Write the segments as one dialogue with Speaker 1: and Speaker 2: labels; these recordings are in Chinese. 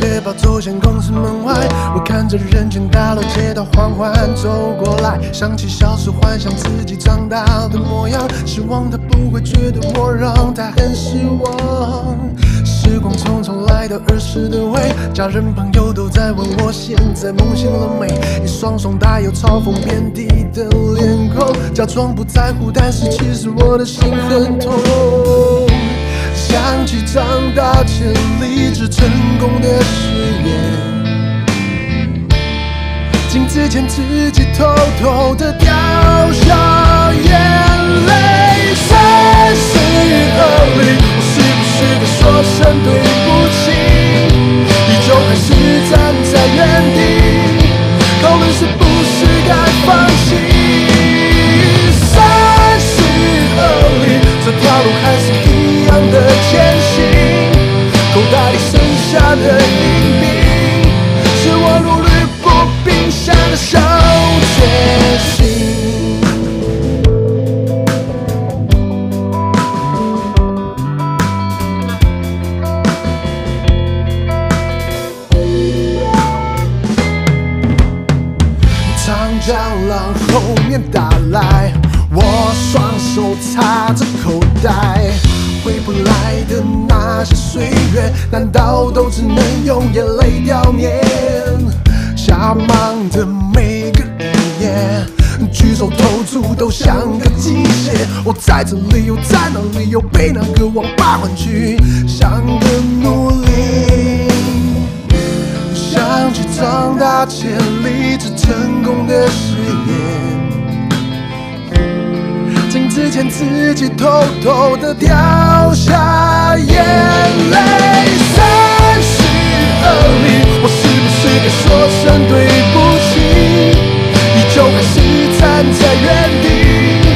Speaker 1: 捷豹走向公司门外，我看着人群大楼街道缓缓走过来，想起小时幻想自己长大的模样，希望他不会觉得我让他很失望。时光匆匆来到儿时的味，家人朋友都在问我现在梦醒了没，一双双带有嘲讽遍地的脸孔，假装不在乎，但是其实我的心很痛。想起长大前立志成功的誓言，镜子前自己偷偷的掉下眼泪。三十而立，我是不是该说声对不起？依旧还是站在原地，讨论是不是该放弃？三十而立，这条路还是一样的艰辛。口袋里剩下的硬币，是我如履薄冰下的小确幸。长江浪后面打来，我双手插着口袋。回不来的那些岁月，难道都只能用眼泪悼念？瞎忙的每个一夜，举手投足都像个机械。我在这里又在那里，又被那个王八换取想的努力。想起长大前立志成功的誓言，镜子前自己偷偷的掉下眼泪。三十而立，我是不是该说声对不起？依旧还是站在原地，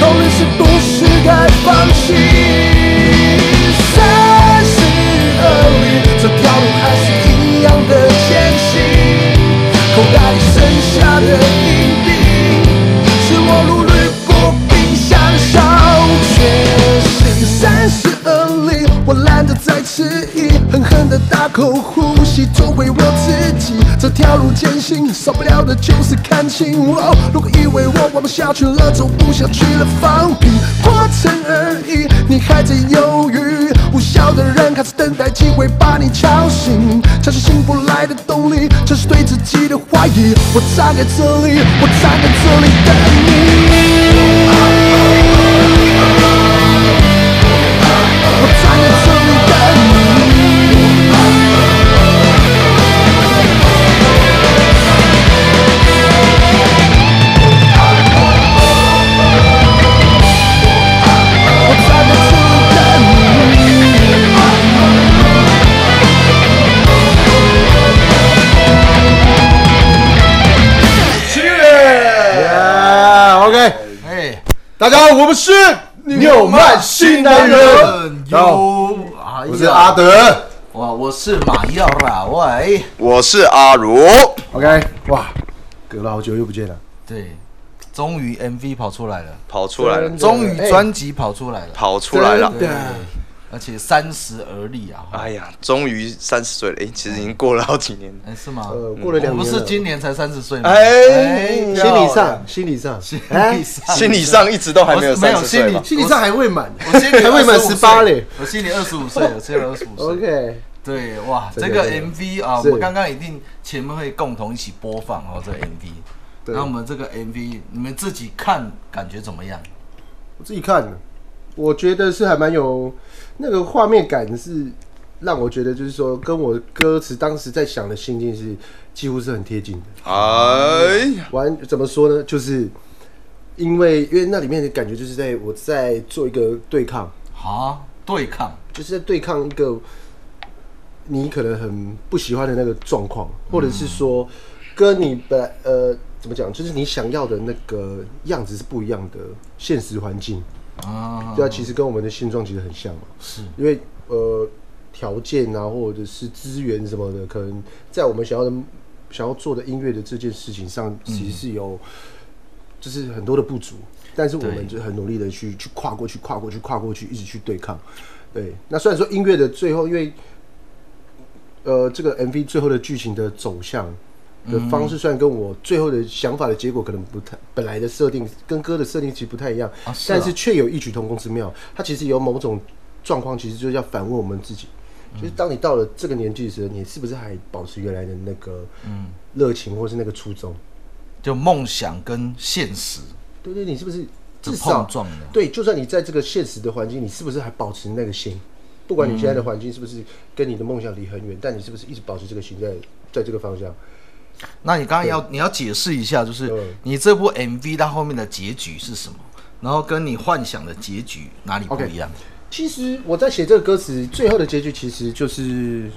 Speaker 1: 讨论是不是该放弃？三十而立，这条路还是一样的艰辛。口袋里剩下的硬币，是我如履薄冰下的小确幸。三十而立，我懒得再迟疑，狠狠的大口呼吸，做回我自己。这条路艰辛，少不了的就是看清我。如果以为我玩不下去了，走不下去了，放屁，过程而已，你还在犹豫。无效的人开始等待机会把你敲醒，这是醒不来的动力，这是对自己的怀疑。我站在这里，我站在这里等你。我站在这里等你。我站在这里等你。
Speaker 2: OK，
Speaker 3: 哎，
Speaker 2: 大家好，我们是纽曼新男人，大家好，
Speaker 3: 有啊，
Speaker 2: 我是阿德。
Speaker 3: 哇，我是马耀啊，喂，
Speaker 4: 我是阿如，
Speaker 2: OK，哇，隔了好久又不见了，
Speaker 3: 对，终于 MV 跑出来了，
Speaker 4: 跑出来了
Speaker 2: 真，的
Speaker 3: 终于专辑跑出来了，
Speaker 4: 跑出来了
Speaker 2: 真。
Speaker 3: 对
Speaker 2: 的，
Speaker 3: 而且三十而立啊，
Speaker 4: 哎呀，终于三十岁了，哎，其实已经过了好几 年了。
Speaker 3: 哎是吗？
Speaker 2: 呃，过了
Speaker 3: 我
Speaker 2: 两年了，
Speaker 3: 不是今年才三十岁吗？
Speaker 4: 哎
Speaker 2: 心
Speaker 3: 要
Speaker 2: 理上，心理上，哎，
Speaker 4: 心理上一直都还没有
Speaker 3: 没有
Speaker 4: 三十岁
Speaker 3: 心
Speaker 4: 吧
Speaker 3: 理？
Speaker 2: 心理上还未满，
Speaker 3: 我心里
Speaker 2: 还未满
Speaker 3: 25岁
Speaker 2: 十八嘞。
Speaker 3: 我心里二十五岁，我心里二十五岁。
Speaker 2: OK，
Speaker 3: 对，哇，
Speaker 2: 这
Speaker 3: 这
Speaker 2: 个这
Speaker 3: 个
Speaker 2: 个
Speaker 3: MV 啊，我
Speaker 2: 是
Speaker 3: 们刚刚一定前面会共同一起播放哦，这个 MV。
Speaker 2: 对
Speaker 3: 那我们这个 MV，你们自己看感觉怎么样？
Speaker 2: 我自己看，我觉得是还蛮有那个画面感，是让我觉得就是说，跟我歌词当时在想的心境是几乎是很贴近的。
Speaker 4: 哎呀，
Speaker 2: 完怎么说呢？就是因为因为那里面的感觉就是在我在做一个对抗，
Speaker 3: 啊，对抗，
Speaker 2: 就是在对抗一个你可能很不喜欢的那个状况，或者是说跟你本来呃怎么讲，就是你想要的那个样子是不一样的现实环境。
Speaker 3: 啊，
Speaker 2: 对啊，其实跟我们的现状其实很像嘛，
Speaker 3: 是
Speaker 2: 因为呃条件啊，或者是资源什么的，可能在我们想要的、想要做的音乐的这件事情上，其实是有、就是很多的不足，但是我们就很努力的去去跨过去、跨过去、跨过去，一直去对抗。对，那虽然说音乐的最后，因为
Speaker 1: 呃这个 MV 最后的剧情的走向的方式，虽然跟我最后的想法的结果可能不太本来的设定跟歌的设定其实不太一样，
Speaker 3: 啊是啊
Speaker 1: 但是却有异曲同工之妙。它其实有某种状况，其实就是要反问我们自己。
Speaker 3: 嗯
Speaker 1: 就是当你到了这个年纪的时候，你是不是还保持原来的那个
Speaker 3: 嗯
Speaker 1: 热情，或是那个初衷？
Speaker 3: 就梦想跟现实
Speaker 1: 对对，你是不是
Speaker 3: 这
Speaker 1: 至
Speaker 3: 碰
Speaker 1: 少
Speaker 3: 撞的
Speaker 1: 对，就算你在这个现实的环境，你是不是还保持那个心？不管你现在的环境是不是跟你的梦想离很远，但你是不是一直保持这个心在在这个方向？
Speaker 3: 那你刚刚要你要解释一下，就是
Speaker 1: 嗯
Speaker 3: 你这部 MV 它后面的结局是什么，然后跟你幻想的结局哪里不
Speaker 1: OK
Speaker 3: 一样
Speaker 1: 其实我在写这个歌词，最后的结局其实就是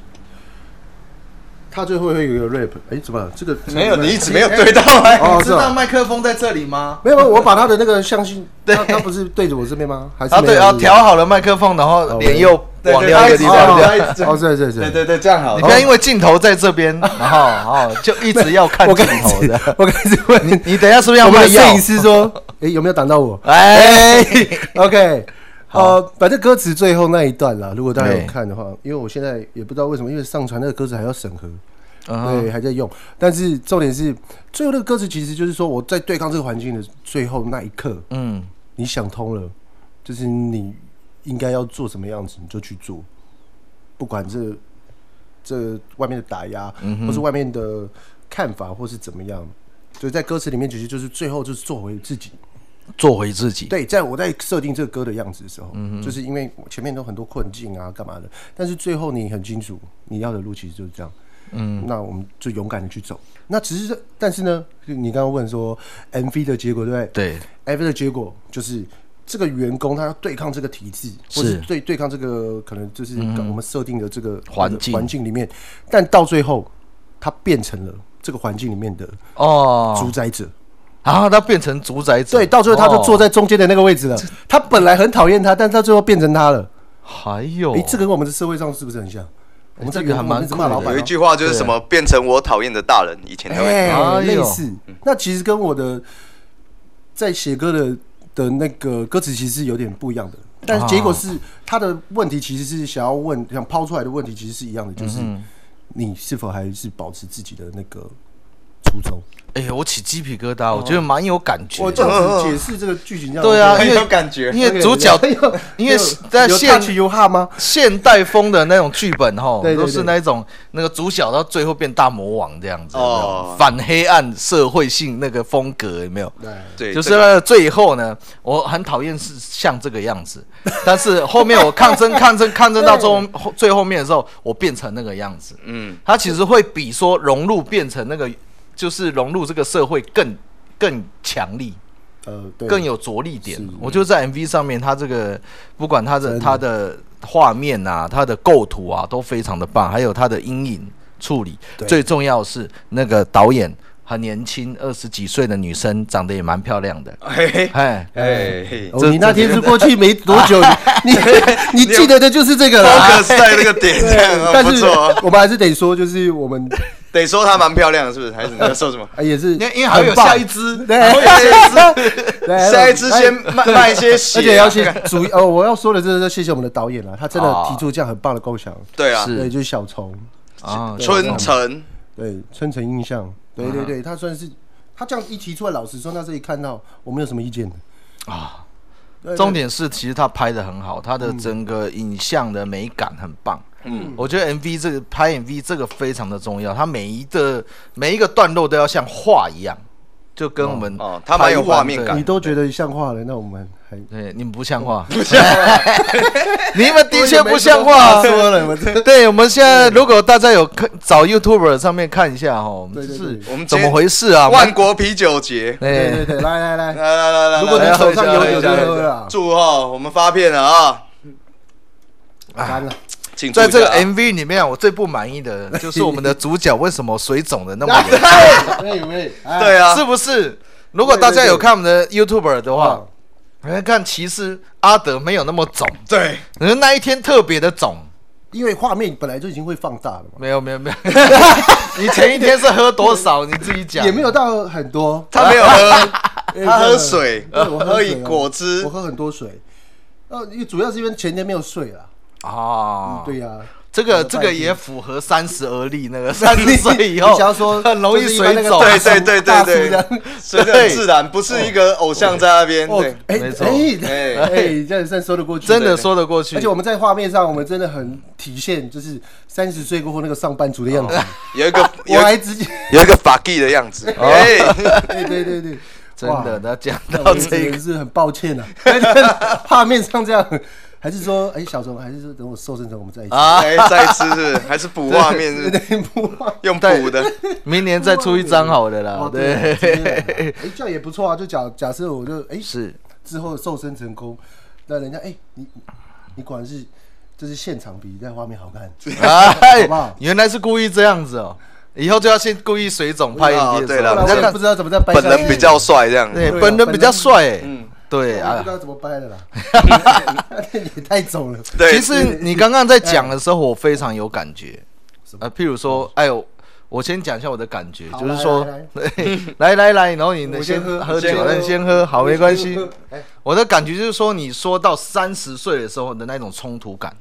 Speaker 1: 他最后会有一个 rap。哎，怎么了这个
Speaker 4: 没有，你一直没有对到哎、
Speaker 1: 哦
Speaker 3: 你知
Speaker 1: 是啊
Speaker 3: 道麦克风在这里吗？
Speaker 1: 没有，我把他的那个相信，他他不是对着我这边吗？还是
Speaker 3: 啊，
Speaker 1: 没有
Speaker 3: 对，啊，
Speaker 1: 是不是
Speaker 3: 调好了麦克风，然后脸又
Speaker 4: 对
Speaker 3: 往
Speaker 4: 对
Speaker 3: 另外一个地
Speaker 4: 他一
Speaker 3: 方这样。
Speaker 4: 直他一直
Speaker 1: 哦，是是是，
Speaker 4: 对对对，这样好
Speaker 3: 你
Speaker 4: 了。
Speaker 3: 不要因为镜头在这边，然后然后就一直要看
Speaker 5: 我
Speaker 3: 镜
Speaker 5: 刚开
Speaker 3: 头
Speaker 5: 始
Speaker 3: 的。，
Speaker 5: 我开始问你，
Speaker 3: 你等一下是不是要
Speaker 5: 我们
Speaker 3: 卖
Speaker 5: 的摄
Speaker 3: 药
Speaker 5: 影？师说
Speaker 1: 哎，有没有挡到我？
Speaker 3: 哎，
Speaker 5: ，OK，
Speaker 3: 好
Speaker 5: 呃，反正歌词最后那一段啦，
Speaker 1: 如果大家
Speaker 3: 对
Speaker 1: 有看的话，因为我现在也不知道为什么，因为上传那个歌词还要审核，
Speaker 3: 嗯
Speaker 1: 对，还在用。但是重点是，最后那个歌词其实就是说，我在对抗这个环境的最后那一刻，
Speaker 3: 嗯，
Speaker 1: 你想通了，就是你应该要做什么样子，你就去做，不管这这外面的打压，
Speaker 3: 嗯
Speaker 1: 或是外面的看法，或是怎么样。所以在歌词里面，其实就是最后就是做回自己。
Speaker 3: 做回自己。
Speaker 1: 对，在我在设定这个歌的样子的时候，
Speaker 3: 嗯
Speaker 1: 就是因为我前面都很多困境啊，干嘛的，但是最后你很清楚你要的路其实就是这样。嗯，那我们就勇敢的去走。那只是，但是呢，你刚刚问说 MV 的结果，对不对？
Speaker 3: 对，
Speaker 1: MV 的结果就是这个员工他要对抗这个体制，或是
Speaker 3: 是嗯
Speaker 1: 对对抗这个可能就是我们设定的这个
Speaker 3: 环境
Speaker 1: 环境里面，但到最后他变成了这个环境里面的主
Speaker 3: 哦，
Speaker 1: 宰者。
Speaker 3: 然后他变成主宰者，
Speaker 1: 哎
Speaker 3: 哦
Speaker 1: 对，到最后他就坐
Speaker 3: 在。
Speaker 1: 在中间的那个位置了。他本来很讨厌他，但是到最后变成他了。
Speaker 3: 哦还有，
Speaker 1: 诶，哎这个跟我们的社会上是不是很像？我们在
Speaker 3: 哎这个还
Speaker 1: 员工
Speaker 3: 蛮
Speaker 1: 一直骂老
Speaker 3: 酷的
Speaker 1: 板
Speaker 4: 有一
Speaker 1: 啊，
Speaker 4: 句话就是什么变成我讨厌的大人，以前他会
Speaker 1: 哎，
Speaker 3: 哎呦
Speaker 1: 类似。那其实跟我的在写歌的的那个歌词其实是有点不一样的，但
Speaker 3: 啊
Speaker 1: 是结果是他的问题其实是想要问、想抛出来的问题其实是一样的，就是
Speaker 3: 嗯
Speaker 1: 你是否还是保持自己的那个初衷？
Speaker 3: 哎呦，我起鸡皮疙瘩，我觉得蛮有感觉
Speaker 1: 我
Speaker 3: 的。
Speaker 1: 这样子解释这个剧情，这样
Speaker 3: 对啊，
Speaker 4: 很
Speaker 3: 因
Speaker 4: 有
Speaker 3: 为
Speaker 4: 感觉。
Speaker 3: 因为主角，因为在现
Speaker 1: 有哈吗？
Speaker 3: 现代风的那种剧本吼，
Speaker 1: 对对
Speaker 3: 都是那种那个主角到最后变大魔王这样子，有没有
Speaker 4: 哦
Speaker 3: 反黑暗社会性那个风格有没有？
Speaker 1: 对。
Speaker 4: 对，
Speaker 3: 就是
Speaker 4: 这个
Speaker 3: 那个最后呢，我很讨厌是像这个样子， 但是后面我抗争、抗争、抗争到最后后最后面的时候，我变成那个样子。
Speaker 4: 嗯，
Speaker 3: 他其实会比说融入变成那个，就是融入这个社会更更强力。
Speaker 1: 呃，对，
Speaker 3: 更有着力点。我觉得在 MV 上面，他这个不管他的他的画面啊，他的构图啊，都非常的棒，还有他的阴影处理。最重要的是那个导演很年轻，二十几岁的女生，长得也蛮漂亮的。
Speaker 4: 嘿嘿
Speaker 3: 哎，
Speaker 4: 嘿嘿
Speaker 1: 哦，你那天是过去没多久，你你你记得的就是这个啦。
Speaker 4: ，focus 在那个点这样哦，
Speaker 1: 但
Speaker 4: 不
Speaker 1: 是
Speaker 4: 错哦。
Speaker 1: 我们还是得说，就是我们
Speaker 4: 得说她蛮漂亮的，是不是？还是你要说 什么？
Speaker 1: 哎也是
Speaker 3: 因为 因为还有
Speaker 1: 很棒
Speaker 3: 下一支，
Speaker 1: 对，对
Speaker 4: 下一支先卖卖一些血啊，
Speaker 1: 而且要谢主呃，我要说的就是谢谢我们的导演了，他真的
Speaker 3: 啊
Speaker 1: 提出这样很棒的构想，
Speaker 4: 对啊，
Speaker 3: 是
Speaker 1: 对，就是小虫，
Speaker 3: 啊，
Speaker 4: 春城
Speaker 1: 对，春城印象，对对对，他算是他这样一提出来，老实说，那时候一看到我们有什么意见的啊？
Speaker 3: 重点是，其实他拍的很好，他的整个影像的美感很棒。嗯，我觉得 MV 这个拍 MV 这个非常的重要，它每一个每一个段落都要像画一样，就跟我们
Speaker 4: 哦它蛮有
Speaker 3: 台湾
Speaker 4: 画面
Speaker 3: 的
Speaker 4: 感
Speaker 1: 你都觉得像话了，那我们还
Speaker 3: 对，你们不像话，你们的确不像话。
Speaker 1: 我也没什么好说了我这
Speaker 3: 对，我们现在如果大家有看找 YouTube 上面看一下哦，
Speaker 1: 对对
Speaker 3: 是
Speaker 1: 对
Speaker 4: 我们今
Speaker 3: 怎
Speaker 4: 天
Speaker 3: 么回事啊？哎
Speaker 4: 万国啤酒节，
Speaker 1: 对对
Speaker 3: 对
Speaker 1: 对，来来来
Speaker 4: 来，来来来，
Speaker 1: 如果
Speaker 4: 来
Speaker 1: 你
Speaker 4: 来
Speaker 1: 手上
Speaker 6: 哎
Speaker 1: 有
Speaker 4: 喝一
Speaker 1: 酒
Speaker 4: 下
Speaker 1: 就
Speaker 4: 喝一下
Speaker 1: 喝啊，
Speaker 4: 祝贺我们发片了啊！
Speaker 6: 哎
Speaker 1: 干了。
Speaker 4: 庆祝 一
Speaker 3: 在
Speaker 4: 下啊
Speaker 3: 这个 MV 里面，我最不满意的就是我们的主角为什么水肿的那么 严重。
Speaker 1: 喂喂，
Speaker 6: 哎
Speaker 4: 对啊，
Speaker 3: 是不是？如果大家有看我们的
Speaker 6: 啊
Speaker 3: YouTuber 的话
Speaker 1: 嗯，
Speaker 3: 你会看其实阿德没有那么肿，
Speaker 4: 对，
Speaker 3: 可是那一天特别的肿。
Speaker 1: 因为画面本来就已经会放大了嘛，
Speaker 3: 没有没有没有， 你前一天是喝多少？你自己讲。
Speaker 1: 也没有到很多。
Speaker 4: 他没有喝，
Speaker 1: 因为
Speaker 4: 他喝水
Speaker 1: 对我
Speaker 4: 喝
Speaker 1: 水
Speaker 4: 一
Speaker 1: 啊
Speaker 4: 果汁
Speaker 6: 哦
Speaker 1: 我喝很多水。呃，因为主要是因为前天没有睡啊。
Speaker 3: 啊。
Speaker 1: 对呀，
Speaker 3: 这个这个也符合三十而立那个三十岁以后，
Speaker 6: 你想要 说
Speaker 3: 很容易
Speaker 6: 就是一般那
Speaker 3: 水
Speaker 6: 个
Speaker 3: 肿，
Speaker 6: 大
Speaker 4: 对
Speaker 6: 叔
Speaker 4: 对对
Speaker 6: 大叔
Speaker 4: 对
Speaker 6: 这
Speaker 4: 对
Speaker 6: 样，
Speaker 4: 所以很自然，不是一个偶像在那边。
Speaker 6: 哦
Speaker 4: 对，
Speaker 6: 哎
Speaker 3: 没错
Speaker 6: 哎
Speaker 4: 哎
Speaker 6: 哎，这样算说得过去，
Speaker 3: 真的说得过去。
Speaker 6: 而且我们在画面上，我们真的很体现就是三十岁过后那个上班族的样子。
Speaker 4: 有一个
Speaker 6: 我
Speaker 4: 有
Speaker 6: 还直接，
Speaker 4: 有一个法 y 的样子。哎，
Speaker 6: 对对对对，
Speaker 3: 真的，那讲
Speaker 6: 哇，
Speaker 3: 到
Speaker 6: 我
Speaker 3: 这
Speaker 6: 这
Speaker 3: 个
Speaker 6: 个是很抱歉啊。画面上这样，还是说，哎，小钟，还是说等我瘦身成我们在一起？
Speaker 3: 啊，
Speaker 4: 哎，再一次是不是还是补画面是不是
Speaker 6: 不画
Speaker 4: 用补的，
Speaker 3: 明年再出一张好了啦
Speaker 6: 哦，，对，直接 来
Speaker 3: 对，
Speaker 6: 哎，这样也不错啊。就假假设我就哎
Speaker 3: 是
Speaker 6: 之后瘦身成功，那人家哎你你果然是就是现场比在画面好看，
Speaker 3: 哎
Speaker 6: 好不好，
Speaker 3: 原来是故意这样子哦，以后就要先故意水肿拍影片，
Speaker 4: 哦对
Speaker 6: 不
Speaker 4: 啦
Speaker 6: 然
Speaker 4: 人家
Speaker 6: 我也
Speaker 4: 看
Speaker 6: 不知道怎么在掰下
Speaker 4: 本
Speaker 6: 去。
Speaker 4: 人比较帅这样。
Speaker 3: 对，
Speaker 6: 对啊
Speaker 3: 本人比较帅哎
Speaker 4: 嗯，
Speaker 3: 对
Speaker 6: 我也不
Speaker 3: 啊
Speaker 6: 知。道怎么掰的啦， 也太肿了。
Speaker 4: 对，
Speaker 3: 其实你刚刚在讲的时候，我非常有感觉
Speaker 6: 什。么
Speaker 3: 呃，譬如说，哎呦，我先讲一下我的感觉，
Speaker 6: 好
Speaker 3: 就是
Speaker 6: 来
Speaker 3: 说
Speaker 6: 来，
Speaker 3: 对， 来来来，然后你
Speaker 6: 我
Speaker 3: 先
Speaker 6: 先喝
Speaker 3: 喝
Speaker 4: 先
Speaker 3: 酒，
Speaker 4: 喝
Speaker 3: 那你先喝，好，没关系。
Speaker 6: 哎，
Speaker 3: 我的感觉就是说，你说到三十岁的时候的那种冲突感，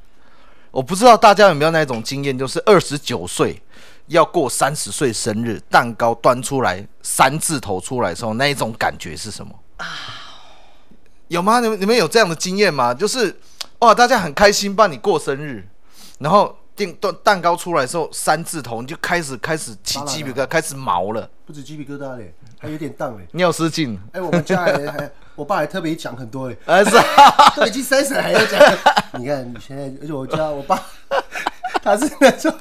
Speaker 3: 我不知道大家有没有那种经验，就是二十九岁要过三十岁生日，蛋糕端出来三字头出来的时候，那一种感觉是什么？有吗？你们你们有这样的经验吗？就是哇，大家很开心帮你过生日，然后订蛋蛋糕出来的时候三字头，你就开始开始起
Speaker 6: 当然
Speaker 3: 鸡皮疙瘩，开始毛了，
Speaker 6: 不止鸡皮疙瘩嘞，还有点荡嘞。
Speaker 3: 尿失 禁。哎
Speaker 6: 哎，我们家还还，我爸还特别讲很多嘞，
Speaker 3: 儿子，
Speaker 6: 都已经三十了还要讲。你看你现在，而且我家我爸他是那种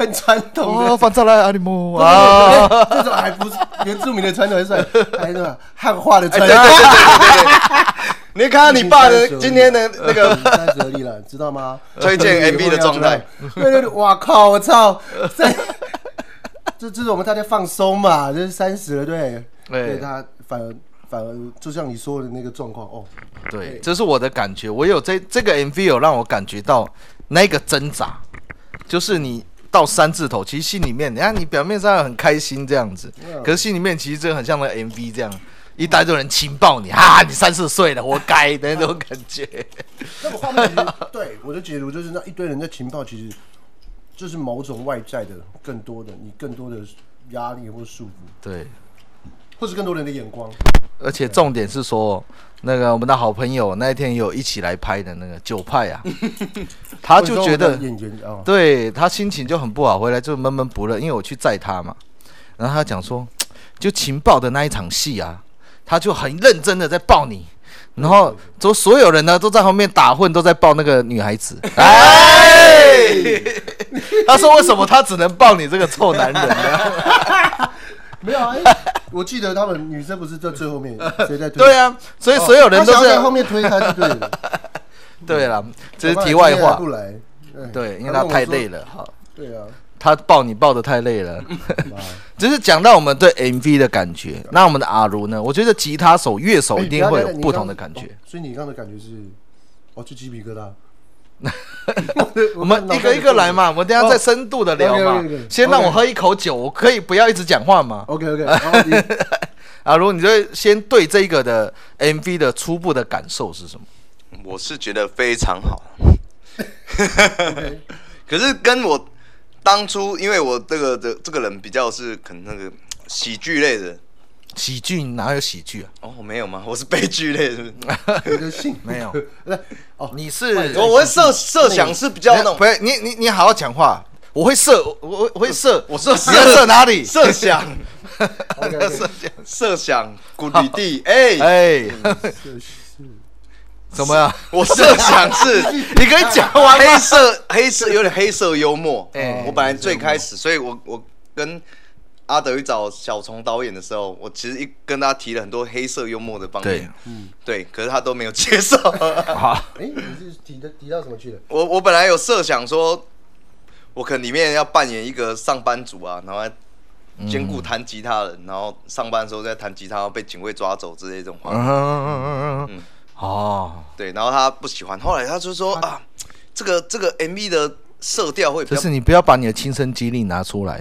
Speaker 6: 很传统的
Speaker 3: 哦，。反正来 阿里莫啊！
Speaker 4: 哦
Speaker 6: 啊，这种还不是原住民的传统，还算还是什么汉化的传
Speaker 4: 哎对对对
Speaker 6: 统。
Speaker 4: 对对 对，你看你爸的今天的那个
Speaker 6: 三十而立了，知道吗？
Speaker 4: 推 荐 MV 的状态，
Speaker 6: 对对对，哇靠！我操！三， 这这是我们大家放松嘛，这是三十了，
Speaker 4: 哎
Speaker 6: 对，
Speaker 3: 对
Speaker 6: 对他反而反而就像你说的那个状况哦，
Speaker 3: 对，这是我的感觉。我有这这个 MV 有让我感觉到那个挣扎，就是你到三字头，其实心里面，你看你表面上很开心这样子，可是心里面其实真的很像那个 MV 这样，一大堆人亲抱你，啊，你三十岁了，活该的那种感觉。
Speaker 6: 那个画 面其实对我的解读就是那一堆人在情报，其实就是某种外在的更多的你更多的压力或束缚，
Speaker 3: 对，
Speaker 6: 或是更多人的眼光。
Speaker 3: 而且重点是说，那个我们的好朋友那一天有一起来拍的那个九派啊，他啊就觉得
Speaker 6: 或者说我的眼睛啊，
Speaker 3: 对他心情就很不好，回来就闷闷不乐，因为我去载他嘛。然后他讲说，就情报的那一场戏啊，他就很认真的在抱你，然后就所有人呢都在后面打混，都在抱那个女孩子。哎，他说为什么他只能抱你这个臭男人 呢？
Speaker 6: 没有啊， 哎我记得他们女生不是在最后面，谁在推？
Speaker 3: 对啊，所以
Speaker 6: 哦，
Speaker 3: 所有人都
Speaker 6: 他想
Speaker 3: 是
Speaker 6: 要在后面推他就 对了。
Speaker 3: 对啦，这是题外
Speaker 6: 要不然今天还
Speaker 3: 话
Speaker 6: 不。来，哎
Speaker 3: 对，因为他太累。
Speaker 6: 跟
Speaker 3: 了，好，
Speaker 6: 我说对啊，
Speaker 3: 他抱你抱的太累了。
Speaker 6: 哇
Speaker 3: 只是讲到我们对 MV 的感觉，那我们的阿如呢？我觉得吉他手、乐手一定会有不同的感
Speaker 6: 哎你
Speaker 3: 觉
Speaker 6: 刚。哦所以你刚刚的感觉是，哦，就鸡皮疙瘩。
Speaker 3: 我们一个一个来嘛，我们等一下再深度的聊嘛
Speaker 6: OK，OK，OK，OK。
Speaker 3: 先让我喝一口酒，我可以不要一直讲话吗？
Speaker 6: OK OK，然 后你
Speaker 3: 阿如，你就先对这个的 MV 的初步的感受是什么？
Speaker 4: 我是觉得非常好。 可是跟我当初，因为我这个的这个人比较是可能那个喜剧类的。
Speaker 3: 喜剧哪有喜剧啊？
Speaker 4: 哦，没有吗？我是悲剧类的。
Speaker 6: 你的性
Speaker 3: 没有
Speaker 6: 那哦，
Speaker 3: 你是
Speaker 4: 我我会设设想是比较那种
Speaker 3: 不是你你你好好讲话，我会射，我我我会射，
Speaker 4: 我射
Speaker 3: 你要射哪里？
Speaker 4: 设想
Speaker 3: 射
Speaker 4: 设想谷底地哎、
Speaker 3: 哎，
Speaker 6: 是是
Speaker 3: 怎么样？
Speaker 4: 我设想是
Speaker 3: 你可以 讲完吗
Speaker 4: 黑？色黑色有点黑色幽默。哦
Speaker 3: 哎
Speaker 4: 我本来最开始，所以我我跟阿德去找小虫导演的时候，我其实一跟他提了很多黑色幽默的方
Speaker 3: 对
Speaker 4: 面，对，可是他都没有接受。
Speaker 3: 好，
Speaker 6: 哎，你是提的提到什么去了？
Speaker 4: 我我本来有设想说，我可能里面要扮演一个上班族啊，然后还兼顾弹吉他的人，然后上班的时候再弹吉他，然后被警卫抓走之类这种话。
Speaker 3: 嗯，哦，
Speaker 4: 对，然后他不喜欢，后来他就说啊，这个这个 MV 的色调会比
Speaker 3: 就
Speaker 4: 较
Speaker 3: 是你不要啊哎 把你的亲身经历拿出来。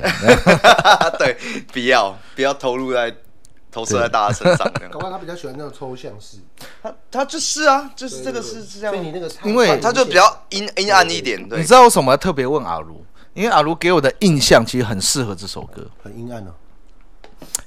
Speaker 4: 对，不要不要投入在投射在大家身上这样
Speaker 6: 搞。不好他比较喜欢那种抽象式，
Speaker 4: 他他就是啊，就是这个是是这
Speaker 6: 所以你
Speaker 4: 样，嗯
Speaker 6: 那个
Speaker 3: 因为
Speaker 4: 他就比较阴阴暗一点，
Speaker 3: 你
Speaker 4: 对
Speaker 3: 知，道为什么要特别问阿如？因为阿如给我的印象其实很适合这首歌，
Speaker 6: 很阴暗哦。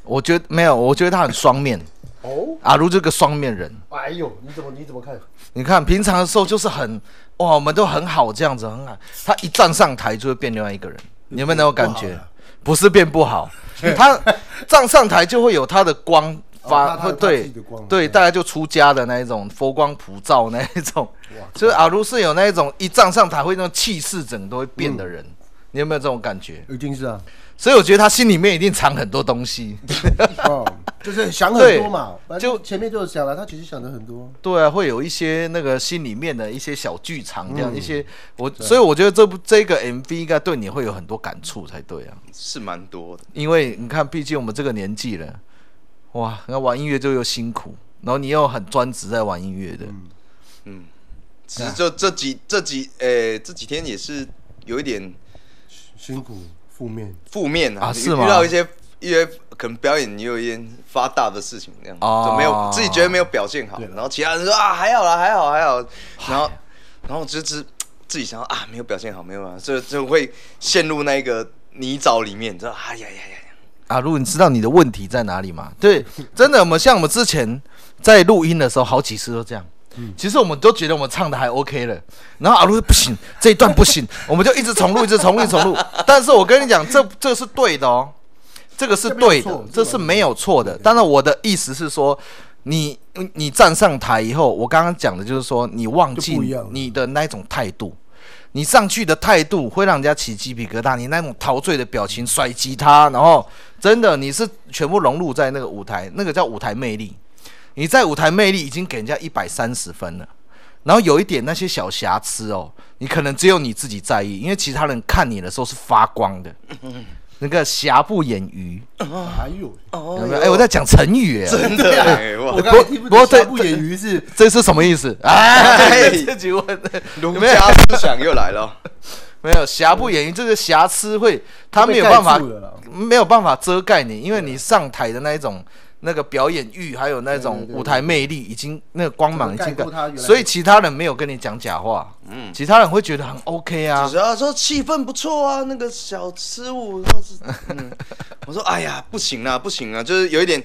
Speaker 3: 我觉得没有，我觉得他很双面。
Speaker 6: 哦，
Speaker 3: 阿如这个双面人，
Speaker 6: 哎呦，你怎么你怎么看？
Speaker 3: 你看平常的时候就是很哇，我们都很好这样子，很好。他一站上台就会变另外一个人，你有没有那种感觉？不是变不 好，他站上台就会有他的光
Speaker 6: 他
Speaker 3: 发，
Speaker 6: 他
Speaker 3: 会
Speaker 6: 有他自
Speaker 3: 对
Speaker 6: 己的光嗯
Speaker 3: 对，大家就出家的那一种佛光普照那一种，就是阿如是有那一种一站上台会那种气势整个都会变的人，
Speaker 6: 嗯
Speaker 3: 你有没有这种感觉？
Speaker 6: 一定是啊，
Speaker 3: 所以我觉得他心里面一定藏很多东西，
Speaker 6: 哦，就是想很
Speaker 3: 对
Speaker 6: 多嘛，反正
Speaker 3: 就
Speaker 6: 前面就有想了，他其实想的很多。
Speaker 3: 对啊，会有一些那个心里面的一些小剧场这样、一些我，所以我觉得这部这个 MV 应该对你会有很多感触才对啊，
Speaker 4: 是蛮多的。
Speaker 3: 因为你看，毕竟我们这个年纪了，哇，那玩音乐就又辛苦，然后你又很专职在玩音乐的，
Speaker 4: 只是就这几这几诶、这几天也是有一点
Speaker 6: 辛苦负面，
Speaker 4: 负面啊，
Speaker 3: 啊
Speaker 4: 遇
Speaker 3: 是吗
Speaker 4: 遇到一些一些可能表演也有一点发大的事情，这样、
Speaker 3: 哦
Speaker 4: 就没有自己觉得没有表现好，然后其他人说啊还好啦，还好还好，然后然后就只自己想啊没有表现好，没有啊，就就会陷入那个泥沼里面，你知道哎呀呀呀呀，
Speaker 3: 啊，如果你知道你的问题在哪里嘛？对，真的，我们像我们之前在录音的时候，好几次都这样。
Speaker 6: 嗯
Speaker 3: 其实我们都觉得我们唱的还 OK 了，然后阿路不行， 这一段不行，我们就一直重录，一直重录，一直重录。但是我跟你讲，这这是对的哦，这个是对
Speaker 6: 这没
Speaker 3: 的
Speaker 6: 有错，
Speaker 3: 这是没有错的。当然，我的意思是说，你你站上台以后，我刚刚讲的就是说，你忘记
Speaker 6: 就不一样了
Speaker 3: 你的那一种态度，你上去的态度会让人家起鸡皮疙瘩，你那种陶醉的表情，甩吉他，然后真的你是全部融入在那个舞台，那个叫舞台魅力。你在舞台魅力已经给人家一百三十分了，然后有一点那些小瑕疵哦，你可能只有你自己在意，因为其他人看你的时候是发光的，那个瑕不掩瑜，
Speaker 6: 哎呦，
Speaker 3: 有没有？哎，我在讲成语哎，
Speaker 4: 真的、欸、哇
Speaker 6: 我，刚才听不
Speaker 3: 不过
Speaker 6: 懂
Speaker 3: 这
Speaker 6: 瑕不掩瑜是
Speaker 3: 这是什么意思？ 哎，
Speaker 4: 对
Speaker 3: 自己问的，有
Speaker 4: 儒
Speaker 3: 没有
Speaker 4: 家思想又来了，
Speaker 3: 没有瑕不掩瑜，这个瑕疵会他没有办法
Speaker 6: 被盖住了啦
Speaker 3: 没有办法遮盖你，因为你上台的那一种那个表演欲，还有那种舞台魅力，已经那个光芒已经
Speaker 6: 盖过它原来的
Speaker 3: 所以其他人没有跟你讲假话，嗯，其他人会觉得很 OK 啊
Speaker 4: 主，要说气氛不错啊，那个小失误，然后是，嗯，我说哎呀，不行啊，不行啊，就是有一点，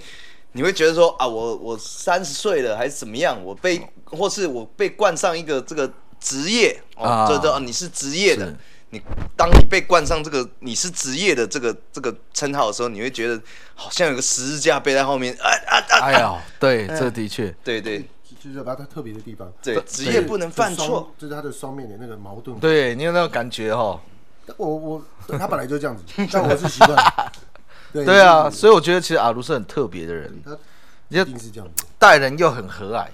Speaker 4: 你会觉得说啊，我我三十岁了还是怎么样，我被或是我被冠上一个这个职业哦
Speaker 3: 啊，
Speaker 4: 这这、啊、你是职业的
Speaker 3: 是，
Speaker 4: 你当你被冠上这个你是职业的这个这个称号的时候，你会觉得好像有个十字架背在后面，啊啊啊，
Speaker 3: 哎 呀，对，这的确，
Speaker 4: 对对
Speaker 6: 就是把它特别的地方，
Speaker 4: 对，职业不能犯错，
Speaker 6: 这是他的双面的那个矛盾。
Speaker 3: 对你有那种感觉哦，
Speaker 6: 但我我对他本来就这样子，但我是习惯。对
Speaker 3: 对啊，
Speaker 6: 就是
Speaker 3: 所以我觉得其实阿卢是很特别的人，
Speaker 6: 他
Speaker 3: 就
Speaker 6: 一定是这样子。
Speaker 3: 待人又很和蔼，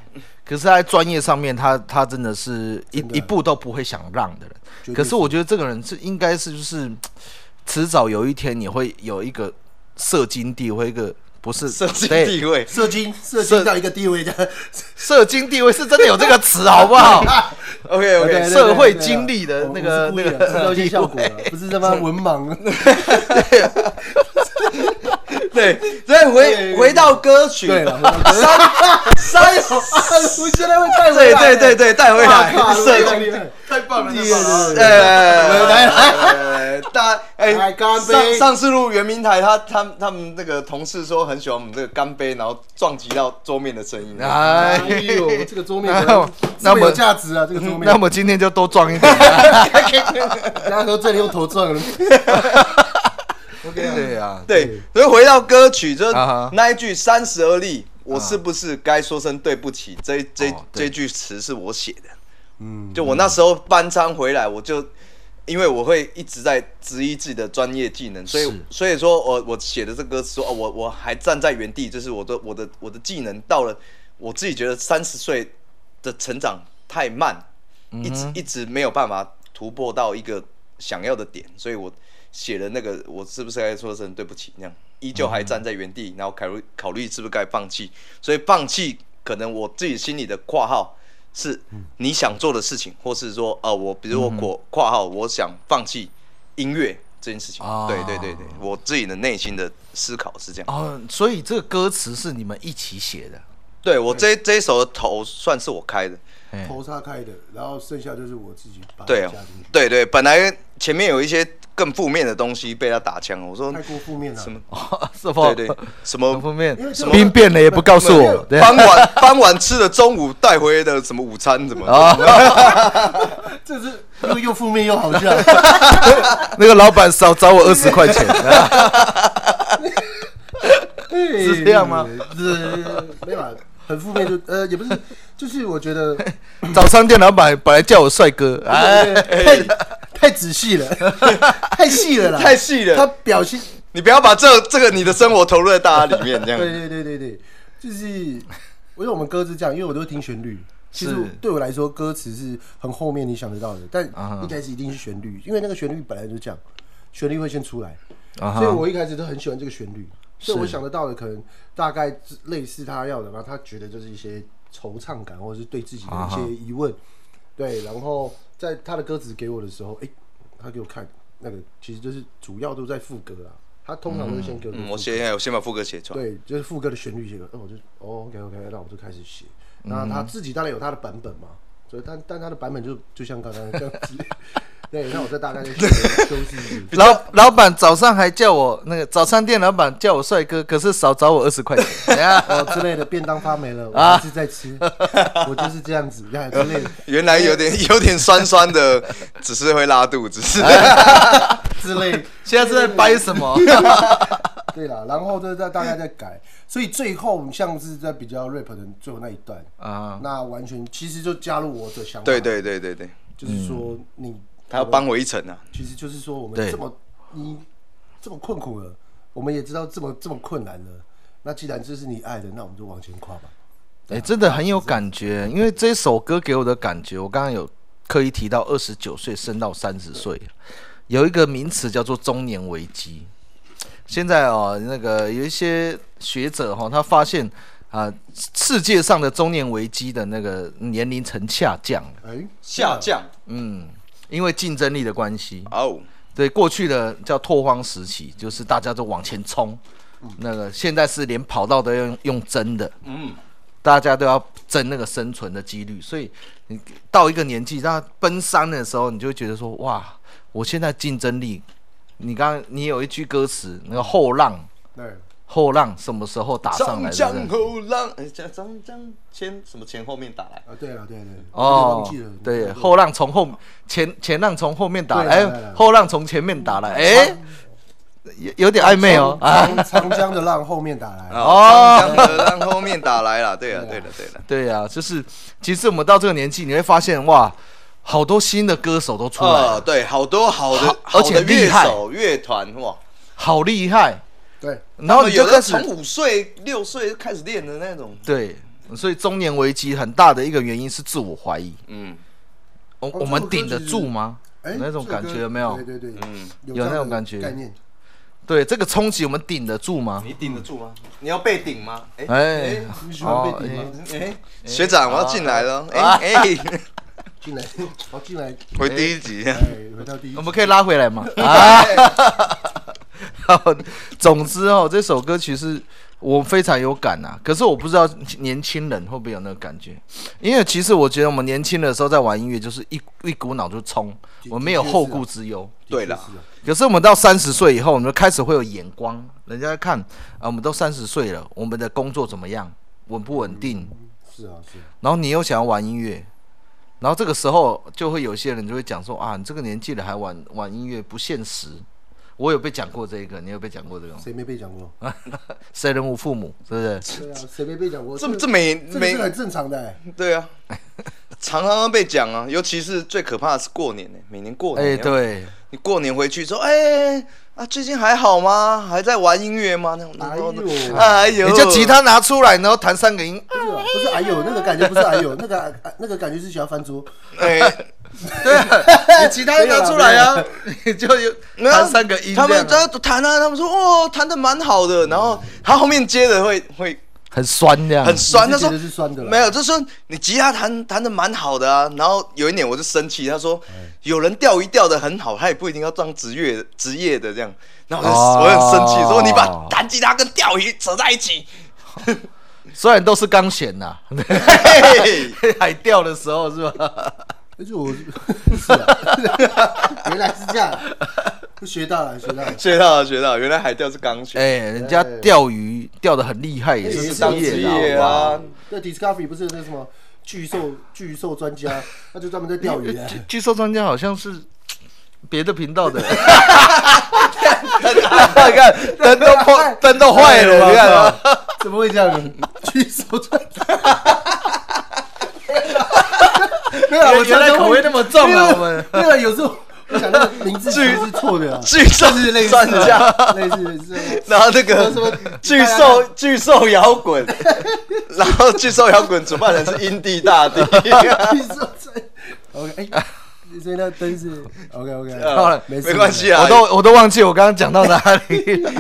Speaker 3: 可是他在专业上面他，他真的是一一步都不会想让的人。可是我觉得这个人是应该是就是，迟早有一天你会有一个社经地位，一个不是
Speaker 4: 社经
Speaker 3: 对
Speaker 4: 地位，
Speaker 6: 射精射精到一个地位这样，
Speaker 3: 社经地位是真的有这个词，好不好？
Speaker 4: OK OK，
Speaker 6: 对对对
Speaker 3: 社会经历的那个
Speaker 6: 我我是故意的制造一些效果了，不是他妈文盲。
Speaker 4: 对，再回回到歌曲，
Speaker 6: 对了，
Speaker 4: 三十
Speaker 6: 我现在会带回
Speaker 4: 对
Speaker 6: 来。
Speaker 4: 对对对，带回来
Speaker 6: 哇靠
Speaker 4: 社
Speaker 6: 太
Speaker 4: 经。
Speaker 6: 厉害
Speaker 4: 太棒了，
Speaker 6: 厉害了
Speaker 3: 哎
Speaker 4: 呃，来来来，大哎
Speaker 6: 来，干杯
Speaker 4: 上上次录圆明台，他他他们那个同事说很喜欢我们这个干杯，然后撞击到桌面的声音。
Speaker 3: 哎
Speaker 6: 哎，呦，这个桌面
Speaker 3: 那我那
Speaker 6: 那
Speaker 3: 我
Speaker 6: 么
Speaker 3: 们
Speaker 6: 有价值 啊！这个桌面，
Speaker 3: 那 么今天就多撞一点啊、
Speaker 6: 大家都这里用头撞了。
Speaker 3: 对啊，
Speaker 4: 对，所以回到歌曲，就是
Speaker 3: 啊哈啊
Speaker 4: 那一句“三十而立”，我是不是该说声对不起？这这
Speaker 3: 哦对
Speaker 4: 这句词是我写的。嗯，就我那时候搬仓回来，我就因为我会一直在质疑自己的专业技能，所以
Speaker 3: 是
Speaker 4: 所以说我我写的这歌词说，哦，我我还站在原地，就是我的我的我的技能到了，我自己觉得三十岁的成长太慢，一直一直没有办法突破到一个想要的点，所以我写了那个我是不是该说声对不起那样，依旧还站在原地，然后考虑考虑是不是该放弃，所以放弃可能我自己心里的括号是你想做的事情，或是说呃我比如我括括号我想放弃音乐这件事情。
Speaker 3: 啊
Speaker 4: 对对对对，我自己的内心的思考是这样。
Speaker 3: 哦，所以这个歌词是你们一起写的，
Speaker 4: 对我这这一首的头算是我开的，
Speaker 3: 哎
Speaker 6: 头插开的，然后剩下就是我自己把它
Speaker 4: 对
Speaker 6: 加
Speaker 4: 哦
Speaker 6: 进去，
Speaker 4: 对对，本来前面有一些更负面的东西被他打枪，我说
Speaker 6: 太过负面了。
Speaker 4: 什么？
Speaker 3: 是否
Speaker 4: 对 对，什
Speaker 3: 很负
Speaker 4: 么？
Speaker 3: 面
Speaker 6: 因为，这
Speaker 3: 什
Speaker 6: 个
Speaker 3: 么兵变了也不告诉我，对啊
Speaker 4: 傍晚 傍晚吃的中午带回的什么午餐怎么？
Speaker 6: 这是又又负面又好 笑。
Speaker 3: 那个老板少找我二十块 钱，啊
Speaker 6: 是
Speaker 3: 这样吗？
Speaker 6: 是，没有啊，很负面就呃也不是，就是我觉 得
Speaker 3: 早餐店老板本来叫我帅哥，哎，
Speaker 6: 太太仔细了， 太细了 啦，
Speaker 4: 太细了
Speaker 6: 他表现，
Speaker 4: 你不要把这这个你的生活投入在大家里面，这样
Speaker 6: 对对对对对，就是因为我们歌是这样，因为我都会听旋律。其实
Speaker 3: 是
Speaker 6: 对我来说，歌词是很后面你想得到的，但
Speaker 3: 啊哈
Speaker 6: 一开始一定是旋律，因为那个旋律本来就这样，旋律会先出来。
Speaker 3: 啊哈
Speaker 6: 所以我一开始都很喜欢这个旋律，所以
Speaker 3: 是
Speaker 6: 我想得到的可能大概类似他要的，然后他觉得就是一些惆怅感，或者是对自己的一些疑问，对，然后在他的歌词给我的时候，诶，他给我看那个，其实就是主要都在副歌啦，他通常都是先给我
Speaker 4: 嗯，
Speaker 6: 一
Speaker 4: 我
Speaker 6: 个副歌、
Speaker 4: 先我先把副歌写出来。
Speaker 6: 对，就是副歌的旋律写的，那我就哦 OK OK，那我就开始写，那
Speaker 3: 嗯
Speaker 6: 他自己当然有他的版本嘛，所以但但他的版本就就像刚 刚这样子， 对，那我再大概就休息一下。
Speaker 3: 老老板早上还叫我那个早餐店老板叫我帅哥，可是少找我二十 块钱，啊等一下
Speaker 6: 哦之类的，便当发霉 了，我还是在吃，我就是这样子， 呀之类的
Speaker 4: 原来有点有点酸酸的， 只是会拉肚，只是
Speaker 6: 之类。
Speaker 3: 现在是在掰什么？
Speaker 6: 对啦，然后就在大概在改，所以最后像是在比较 rap 的最后那一段，
Speaker 3: 啊，
Speaker 6: 那完全其实就加入我的想 法，
Speaker 4: 对，对对对对，
Speaker 6: 就是说
Speaker 3: 嗯
Speaker 6: 你，
Speaker 4: 他要帮我一程啊。
Speaker 6: 其实就是说我们
Speaker 3: 对
Speaker 6: 这么你这么困苦了，我们也知道这么这么困难了，那既然这是你爱的，那我们就往前跨吧。
Speaker 3: 哎、真的很有感觉，因为这首歌给我的感觉，我刚刚有刻意提到二十九岁升到三十岁，有一个名词叫做中年危机。现在哦，那个有一些学者哈、哦，他发现啊、世界上的中年危机的那个年龄层下降了，
Speaker 6: 哎，
Speaker 4: 下降
Speaker 3: 嗯，因为竞争力的关系，
Speaker 4: 哦，
Speaker 3: 对，过去的叫拓荒时期，就是大家都往前冲，那个现在是连跑道都要用用争的，
Speaker 4: 嗯，
Speaker 3: 大家都要争那个生存的几率，所以你到一个年纪，当奔三的时候，你就会觉得说，哇，我现在竞争力，你刚刚你有一句歌词，那个后浪，
Speaker 6: 对，
Speaker 3: 后浪什么时候打上来
Speaker 4: 张
Speaker 3: 的？
Speaker 4: 江后浪，哎，张张张前什么前后面打来，
Speaker 6: 啊对了对对，我有点
Speaker 3: 哦
Speaker 6: 忘记了，，
Speaker 3: 对，后浪从后前前浪从后面打来，
Speaker 6: 对啊对
Speaker 3: 哎
Speaker 6: 啊，
Speaker 3: 后浪从前面打来，哎，有有点暧昧哦，啊。
Speaker 6: 长长江的浪后面打来。
Speaker 4: 哦，张江的浪后面打来了，对了对了对了，
Speaker 3: 对呀、就是其实我们到这个年纪，你会发现哇，好多新的歌手都出来了，
Speaker 6: 呃
Speaker 4: 哦，对，好多好的
Speaker 3: 好，
Speaker 4: 好
Speaker 3: 而且
Speaker 4: 的乐
Speaker 3: 厉害
Speaker 4: 手乐团哇，
Speaker 3: 好厉害。
Speaker 6: 对，
Speaker 3: 然后你就
Speaker 4: 有
Speaker 3: 开
Speaker 4: 的
Speaker 3: 始
Speaker 4: 从五岁六岁开始练的那种，
Speaker 3: 对，所以中年危机很大的一个原因是自我怀疑，
Speaker 4: 嗯
Speaker 3: 我、
Speaker 6: 这
Speaker 3: 我们
Speaker 6: 首歌
Speaker 3: 顶得
Speaker 6: 其实
Speaker 3: 住吗？
Speaker 6: 哎
Speaker 3: 那种
Speaker 6: 哦这个
Speaker 3: 感觉
Speaker 6: 歌
Speaker 3: 有没有
Speaker 6: 对对对，
Speaker 4: 嗯，
Speaker 6: 这
Speaker 3: 有那
Speaker 6: 样
Speaker 3: 种
Speaker 6: 的
Speaker 3: 感觉
Speaker 6: 概念。
Speaker 3: 对，这个冲击我们顶得住吗？
Speaker 4: 你顶得住吗？你要被顶吗？哎
Speaker 3: 哎
Speaker 4: 哎
Speaker 6: 你喜欢被顶吗？
Speaker 4: 哎，学长我要进来了，
Speaker 3: 哦啊
Speaker 4: 哎哎，
Speaker 6: 进来， 好进来，
Speaker 4: 回第一
Speaker 3: 啊
Speaker 4: 集。
Speaker 6: 哎，回到第一
Speaker 3: 我，们可以拉回来吗？啊，好总之哦，这首歌曲是我非常有感啊。可是我不知道年轻人会不会有那个感觉，因为其实我觉得我们年轻的时候在玩音乐，就是一一股脑就冲，我们没有后顾之忧。
Speaker 4: 对了，
Speaker 3: 可是我们到三十岁以后，我们就开始会有眼光，人家看啊，我们都三十岁了，我们的工作怎么样，稳不稳定？
Speaker 6: 是啊是啊，
Speaker 3: 然后你又想要玩音乐，然后这个时候就会有些人就会讲说啊，你这个年纪了还玩玩音乐不现实。我有被讲过这个，你有被讲过这个吗？
Speaker 6: 谁没被讲过？
Speaker 3: 啊谁人无父母，是不是？
Speaker 6: 对啊，谁没被讲过？
Speaker 4: 这
Speaker 6: 个
Speaker 4: 这每
Speaker 6: 这个
Speaker 4: 每
Speaker 6: 是很正常的哎，
Speaker 4: 对啊，常常被讲啊，尤其是最可怕的是过年呢、每年过
Speaker 3: 哎、
Speaker 4: 年，，
Speaker 3: 对，
Speaker 4: 你过年回去说，哎、啊，最近还好吗？还在玩音乐吗？那种，
Speaker 6: 哎呦
Speaker 4: 然后哎呦，
Speaker 3: 你就吉他拿出来，然后弹三个音，
Speaker 6: 不是啊不是，哎呦，那个感觉不是哎呦，那个哎哎那个感觉是想要翻桌，
Speaker 4: 哎、
Speaker 3: 你吉他拿出来啊，你就有
Speaker 4: 没有
Speaker 3: 弹三个音这
Speaker 4: 他
Speaker 3: 样啊，
Speaker 4: 们在弹啊，他们说哦，弹的蛮好的，然后他后面接的会会
Speaker 3: 很酸这样，
Speaker 4: 很酸。
Speaker 6: 你
Speaker 4: 他
Speaker 6: 是觉
Speaker 4: 说
Speaker 6: 得是酸的啦
Speaker 4: 没有，就说你吉他弹弹的蛮好的啊。然后有一年我就生气，他说有人钓鱼钓的很好，他也不一定要当职业职业的这样。然后我就、
Speaker 3: 哦
Speaker 4: 我很生气，说你把弹吉他跟钓鱼扯在一起。
Speaker 3: 虽然都是钢弦呐、
Speaker 4: 嘿
Speaker 3: 海钓的时候是吧？
Speaker 6: 而且哎我 是啊，原来是这样，学到了，学到了。
Speaker 4: 学到了，学到了，原来海钓是钢
Speaker 3: 哎、
Speaker 4: 琴，
Speaker 3: 人家钓鱼钓的很厉害，也
Speaker 4: 哎也
Speaker 3: 是
Speaker 4: 是当
Speaker 3: 职
Speaker 4: 职
Speaker 3: 业的好
Speaker 4: 业
Speaker 3: 不好
Speaker 4: 啊。
Speaker 6: 那 Discovery 不是有那什么巨兽巨兽专家，他就专门在钓鱼的。啊
Speaker 3: 据哎据说专家好像是别的频 道的，看灯都 破，灯都坏了，你看啊，
Speaker 6: 怎么会这样呢？巨兽专家。没有啦，我
Speaker 3: 原来口味那么重啊
Speaker 6: 没有啦
Speaker 3: 我们
Speaker 6: 没有啦，有时候我想那个名字其实是错的啊，
Speaker 4: 巨兽
Speaker 6: 就是类似
Speaker 4: 专家，
Speaker 6: 啊，类似类似。
Speaker 4: 然后那
Speaker 6: 什 么
Speaker 4: 个巨兽巨兽摇滚， 然后巨兽摇滚主办人是英帝大帝，
Speaker 6: 巨兽专，OK，哎，所以那灯是 OK OK，
Speaker 3: 好了
Speaker 4: 没关系啊，
Speaker 3: 我都我都忘记我刚刚讲到哪里 了。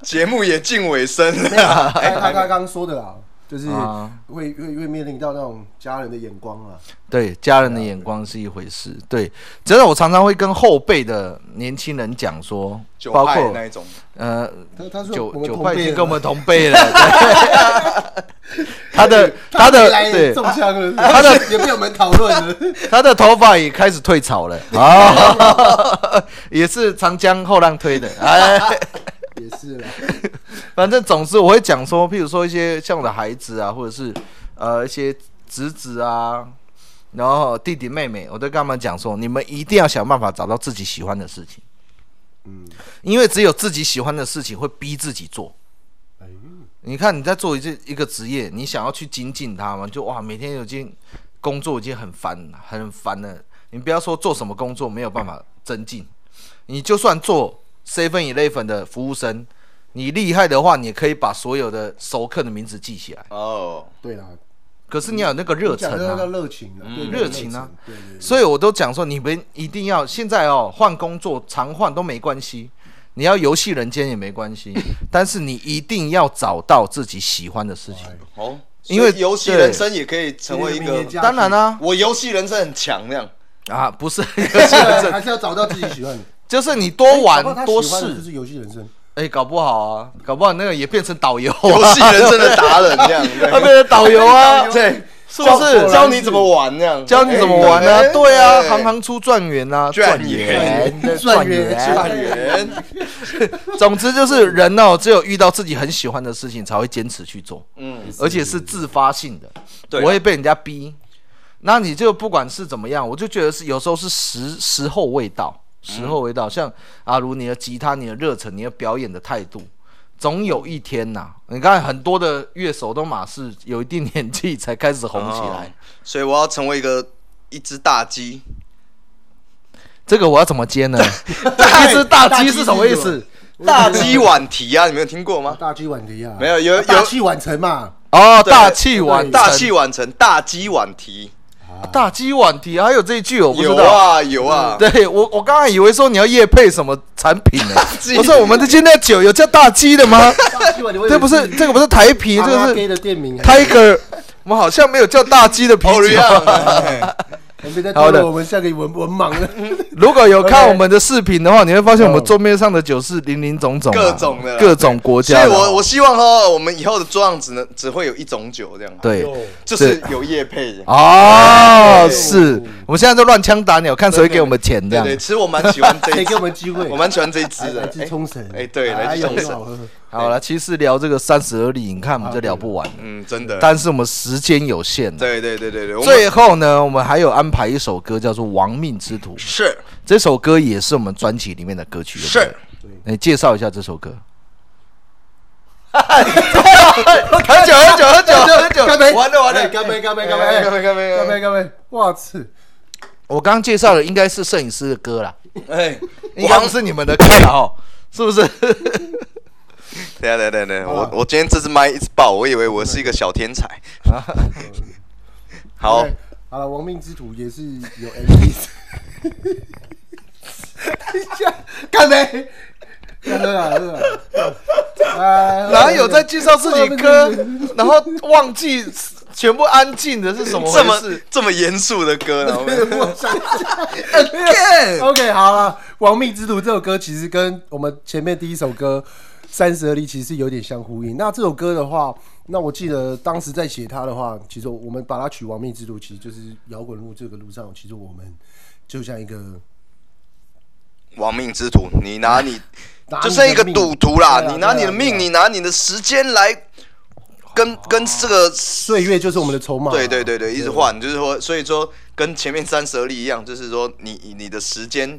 Speaker 4: 节目也近尾声了，
Speaker 6: 他他刚刚说的啦，就是
Speaker 3: 哎啊
Speaker 6: 会会会面临到那种家人的眼光啊啦。
Speaker 3: 对家人的眼光是一回事，对，真的我常常会跟后辈的年轻人讲说，
Speaker 4: 九
Speaker 3: 包
Speaker 4: 派
Speaker 3: 括
Speaker 4: 那一种，
Speaker 3: 呃
Speaker 6: 他他说
Speaker 3: 九
Speaker 6: 我们
Speaker 3: 九
Speaker 6: 同
Speaker 3: 块已
Speaker 6: 辈
Speaker 3: 经
Speaker 6: 的
Speaker 3: 跟我们同辈 了，对他的他的
Speaker 6: 来
Speaker 3: 对
Speaker 6: 中枪了，
Speaker 3: 他的
Speaker 6: 也被我们讨论了。
Speaker 3: 他的头发也开始退潮 了啊， 也是长江后浪推的，哎，
Speaker 6: 也是啦，
Speaker 3: 反正总之我会讲说，譬如说一些像我的孩子啊，或者是呃一些侄子啊，然后弟弟妹妹，我都跟他们讲说，你们一定要想办法找到自己喜欢的事情，嗯，因为只有自己喜欢的事情会逼自己做。
Speaker 6: 哎，
Speaker 3: 你看你在做一件一个职业，你想要去精进它嘛？就哇，每天已经工作已经很烦很烦了。你不要说做什么工作没有办法增进，你就算做 Seven Eleven 的服务生，你厉害的话，你也可以把所有的熟客的名字记起来。
Speaker 4: 哦，
Speaker 6: 对啦，
Speaker 3: 可是你要有那个热忱
Speaker 6: 讲的叫
Speaker 3: 啊，
Speaker 6: 热情啊，对
Speaker 3: 热情啊，
Speaker 6: 对对
Speaker 3: 所以我都讲说，你们一定要现在哦，换工作常换都没关系，你要游戏人间也没关 系，但是你一定要找到自己喜欢的事情。
Speaker 4: 哦，
Speaker 3: 因为
Speaker 4: 所以游戏
Speaker 3: 对
Speaker 4: 人生也可以成为一
Speaker 6: 明
Speaker 4: 个
Speaker 6: 年，加
Speaker 3: 当然啦、
Speaker 4: 我游戏人生很强那样，
Speaker 3: 啊，不是，
Speaker 6: 对，还是要找到自己喜欢的，
Speaker 3: 就是你多玩
Speaker 6: 搞不好他
Speaker 3: 多
Speaker 6: 喜欢的就
Speaker 3: 试，
Speaker 6: 是游戏人生。
Speaker 3: 哎，搞不好啊，搞不好那个也变成导游
Speaker 4: 游
Speaker 3: 啊，
Speaker 4: 戏人生的达人这 样，
Speaker 3: 他变
Speaker 4: 对
Speaker 3: 成导游啊，
Speaker 4: 对，
Speaker 3: 是不是？
Speaker 4: 教你怎么玩那样，
Speaker 3: 教你怎么玩呢？
Speaker 4: 哎
Speaker 3: 对啊，
Speaker 4: 对
Speaker 3: 行行出状元啊，
Speaker 4: 状元
Speaker 3: 元， 对
Speaker 6: 状
Speaker 3: 状
Speaker 6: 元
Speaker 3: 元。
Speaker 4: 大圆，
Speaker 3: 总之就是人哦，只有遇到自己很喜欢的事情才会坚持去做，
Speaker 4: 嗯，
Speaker 3: 而且是自发性的，
Speaker 4: 对啊
Speaker 3: 不会被人家逼。那你就不管是怎么样，我就觉得是有时候是时时候未到，
Speaker 4: 嗯
Speaker 3: 时候未到。像阿如你的吉他、你的热忱、你的表演的态度，总有一天呐、你看很多的乐手都马是有一定年纪才开始红起来，
Speaker 4: 哦所以我要成为一个一只大鸡，
Speaker 3: 这个我要怎么 接呢？一只大鸡是什么意思？
Speaker 4: 大鸡晚提啊，你没有听过吗？
Speaker 6: 大器晚成啊，
Speaker 4: 没有有有
Speaker 6: 大器晚成嘛，
Speaker 3: 哦，
Speaker 4: 对
Speaker 3: 大器晚
Speaker 6: 对
Speaker 4: 大
Speaker 3: 成
Speaker 4: 器晚成，大鸡晚提，
Speaker 3: 大鸡晚提，还有这一句我不知
Speaker 4: 有
Speaker 3: 道。
Speaker 4: 啊有啊，
Speaker 3: 对我，我刚才以为说你要夜配什么产品 呢、
Speaker 4: 鸡
Speaker 3: 我说我们的今天的酒有叫大鸡的 吗？
Speaker 6: 大器晚成，
Speaker 3: 这不是这个不是台啤，这
Speaker 6: 阿
Speaker 3: 个
Speaker 6: 拉
Speaker 3: 是
Speaker 6: 的店名，
Speaker 3: Tiger，我们好像没有叫大鸡的啤
Speaker 4: 哦
Speaker 3: 酒。
Speaker 4: 样，
Speaker 6: 我们
Speaker 3: 好
Speaker 6: 在讨论
Speaker 3: 的
Speaker 6: 我们下个文文盲了，
Speaker 3: 如果有看
Speaker 6: OK
Speaker 3: 我们的视频的话，你会发现我们桌面上的酒是林林总总啊、
Speaker 4: 各种的啦
Speaker 3: 各种国
Speaker 4: 所
Speaker 3: 家
Speaker 4: 以
Speaker 3: 的。
Speaker 4: 我我希望哦，我们以后的桌上只能只会有一种酒这样，，
Speaker 3: 对
Speaker 4: 就是有叶配。
Speaker 3: 哦，
Speaker 4: 对
Speaker 3: 是我们现在都乱枪打鸟，看谁会给我们钱这
Speaker 4: 对
Speaker 3: 样。
Speaker 4: 对，其实我蛮喜欢这
Speaker 6: 谁
Speaker 4: 一
Speaker 6: 给
Speaker 4: 支
Speaker 6: 我，们机会？
Speaker 4: 我蛮喜欢这一支
Speaker 6: 来
Speaker 4: 的
Speaker 6: 来。自
Speaker 4: 哎
Speaker 6: 冲绳，
Speaker 4: 哎对来自
Speaker 6: 哎呦
Speaker 4: 冲绳
Speaker 6: 好喝
Speaker 3: 好了，其实聊这个三十而立，你看我们就聊不完，
Speaker 4: 嗯，真的。
Speaker 3: 但是我们时间有限啊。
Speaker 4: 对对对对对，我们
Speaker 3: 最后呢，我们还有安排一首歌叫做《亡命之徒》，
Speaker 4: 是
Speaker 3: 这首歌也是我们专辑里面的歌曲。对不对
Speaker 4: 是，
Speaker 3: 你介绍一下这首歌。喝酒，喝酒，喝酒，喝酒！
Speaker 6: 干杯！
Speaker 4: 完了完了
Speaker 6: 哎干杯！干杯！干
Speaker 4: 哎
Speaker 6: 杯！
Speaker 4: 干杯干杯
Speaker 6: 干杯！干杯！哇塞！
Speaker 3: 我刚刚介绍的应该是摄影师的歌啦，
Speaker 4: 哎，
Speaker 3: 应该不是你们的歌啦哦，是不是？
Speaker 4: 等一下等一下等一下等一下，我我今天这支麦一直爆，我以为我是一个小天才。好，
Speaker 6: 对好了，亡命之徒也是有 MV。干杯！干杯啊！干杯啊！
Speaker 3: 哪有在介绍自己歌， 然后忘记全部安静的是什么回
Speaker 4: 这 么
Speaker 3: 事
Speaker 4: 这么严肃的歌呢？我们
Speaker 3: ？Again，
Speaker 6: OK，好了，《亡命之徒》这首歌其实跟我们前面第一首歌《三十而立》其实有点相呼应。那这首歌的话，那我记得当时在写它的话，其实我们把它取《亡命之徒》，其实就是摇滚路这个路上，其实我们就像一个
Speaker 4: 亡命之徒，你拿你
Speaker 6: 拿
Speaker 4: 就
Speaker 6: 你
Speaker 4: 剩
Speaker 6: 的
Speaker 4: 一个
Speaker 6: 命
Speaker 4: 赌徒啦，
Speaker 6: 对啊
Speaker 4: 你拿
Speaker 6: 对啊
Speaker 4: 你的
Speaker 6: 对啊
Speaker 4: 命，你拿你的时间来跟跟这
Speaker 6: 哦
Speaker 4: 个
Speaker 6: 岁月就是我们的筹码。啊
Speaker 4: 对对对对，一直换，就是说，所以说跟前面三十而立一样，就是说你以你的时间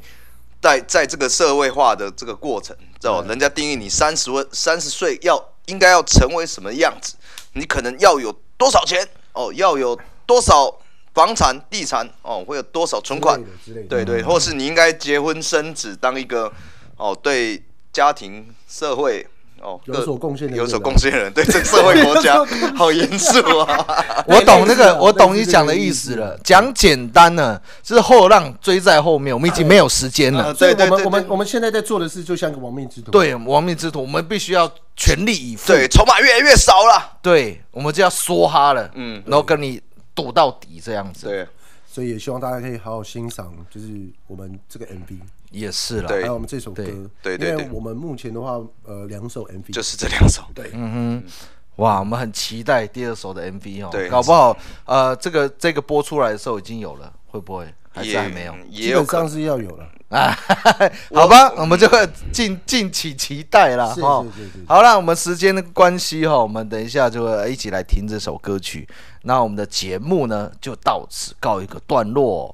Speaker 4: 在在这个社会化的这个过程，知道吧？人家定义你三十岁三十岁要应该要成为什么样子，你可能要有多少钱哦，要有多少房产、地产哦，会有多少存款
Speaker 6: 之类的之类的嗯
Speaker 4: 对对，或是你应该结婚生子，当一个哦对家庭社会。哦，
Speaker 6: 有
Speaker 4: 各
Speaker 6: 所贡献的
Speaker 4: 有
Speaker 6: 人
Speaker 4: 所
Speaker 6: 啊
Speaker 4: 贡献的人，对这个社会国家 好严肃啊！
Speaker 3: 我懂那
Speaker 6: 类似
Speaker 3: 个，
Speaker 6: 啊
Speaker 3: 我懂
Speaker 6: 类
Speaker 3: 你
Speaker 6: 似这个
Speaker 3: 讲的
Speaker 6: 意
Speaker 3: 意
Speaker 6: 思
Speaker 3: 思了。讲简单了，就是后浪追在后面，我们已经没有时间了
Speaker 4: 啊。
Speaker 6: 所以
Speaker 4: 对对
Speaker 6: 我们
Speaker 4: 对
Speaker 6: 我们
Speaker 4: 对
Speaker 6: 我们现在在做的事，就像一个亡命之徒。
Speaker 3: 对，亡命之徒，我们必须要全力以赴。
Speaker 4: 对，筹码越来越少了。
Speaker 3: 对，我们就要梭哈了，
Speaker 4: 嗯
Speaker 3: 嗯，然后跟你赌到底这样子，
Speaker 4: 对
Speaker 6: 所以也希望大家可以好好欣赏，就是我们这个 MV，
Speaker 3: 也是啦。
Speaker 4: 对
Speaker 6: 还有我们这首歌。
Speaker 4: 对对对
Speaker 6: 因为
Speaker 4: 对
Speaker 6: 我们目前的话，呃，两首 MV
Speaker 4: 就是这两首。对，
Speaker 3: 哇，我们很期待第二首的 MV 哦，
Speaker 4: 对
Speaker 3: 搞不好呃，这个这个播出来的时候已经有了，会不会？还是还没有
Speaker 4: 也
Speaker 6: 基
Speaker 4: 有
Speaker 6: 本
Speaker 4: 可
Speaker 6: 上
Speaker 4: 能。
Speaker 6: 是要有了。
Speaker 3: 啊？好吧，我们就敬敬请期待啦。
Speaker 6: 是
Speaker 3: 哈
Speaker 6: 是是是。
Speaker 3: 好啦，我们时间的关系哈，我们等一下就会一起来听这首歌曲。那我们的节目呢，就到此告一个段落。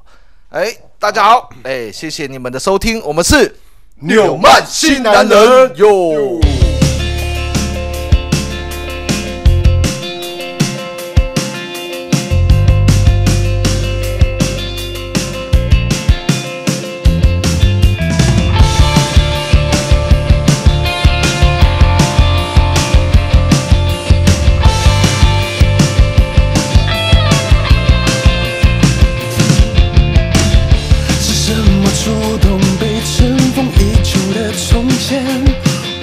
Speaker 3: 哎，大家好，哎，谢谢你们的收听，我们是
Speaker 6: 纽曼新男人
Speaker 3: 哟。
Speaker 1: 是什么触动被尘封已久的从前？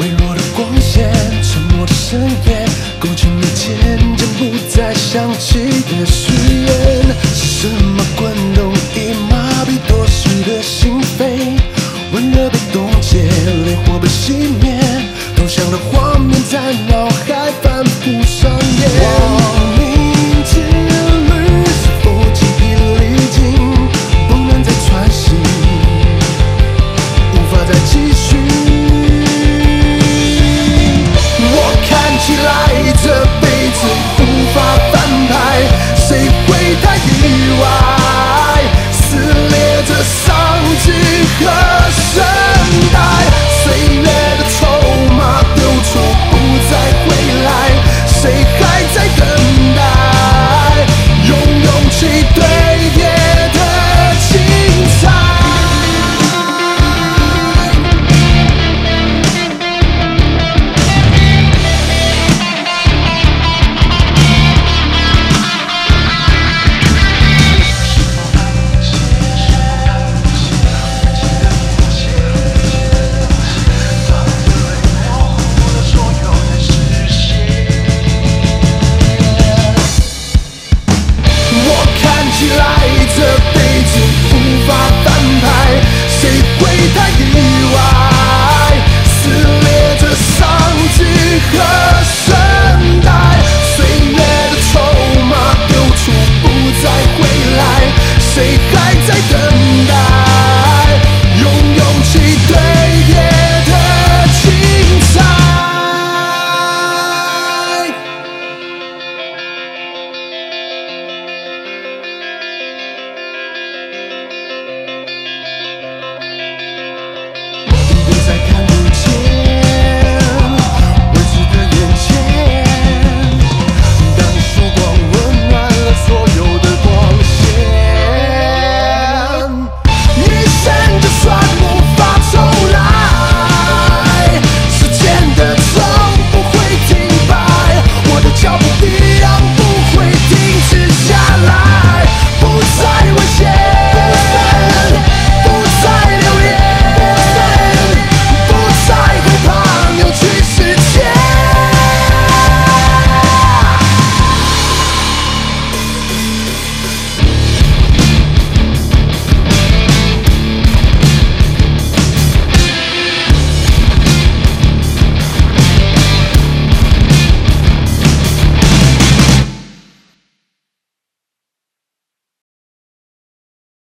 Speaker 1: 微弱的光线，沉默的深夜，勾起你渐渐不再想起的誓言。是什么滚动已麻痹多时的心扉？温热被冻结，烈火被熄灭，投降的画面在脑海反复上演。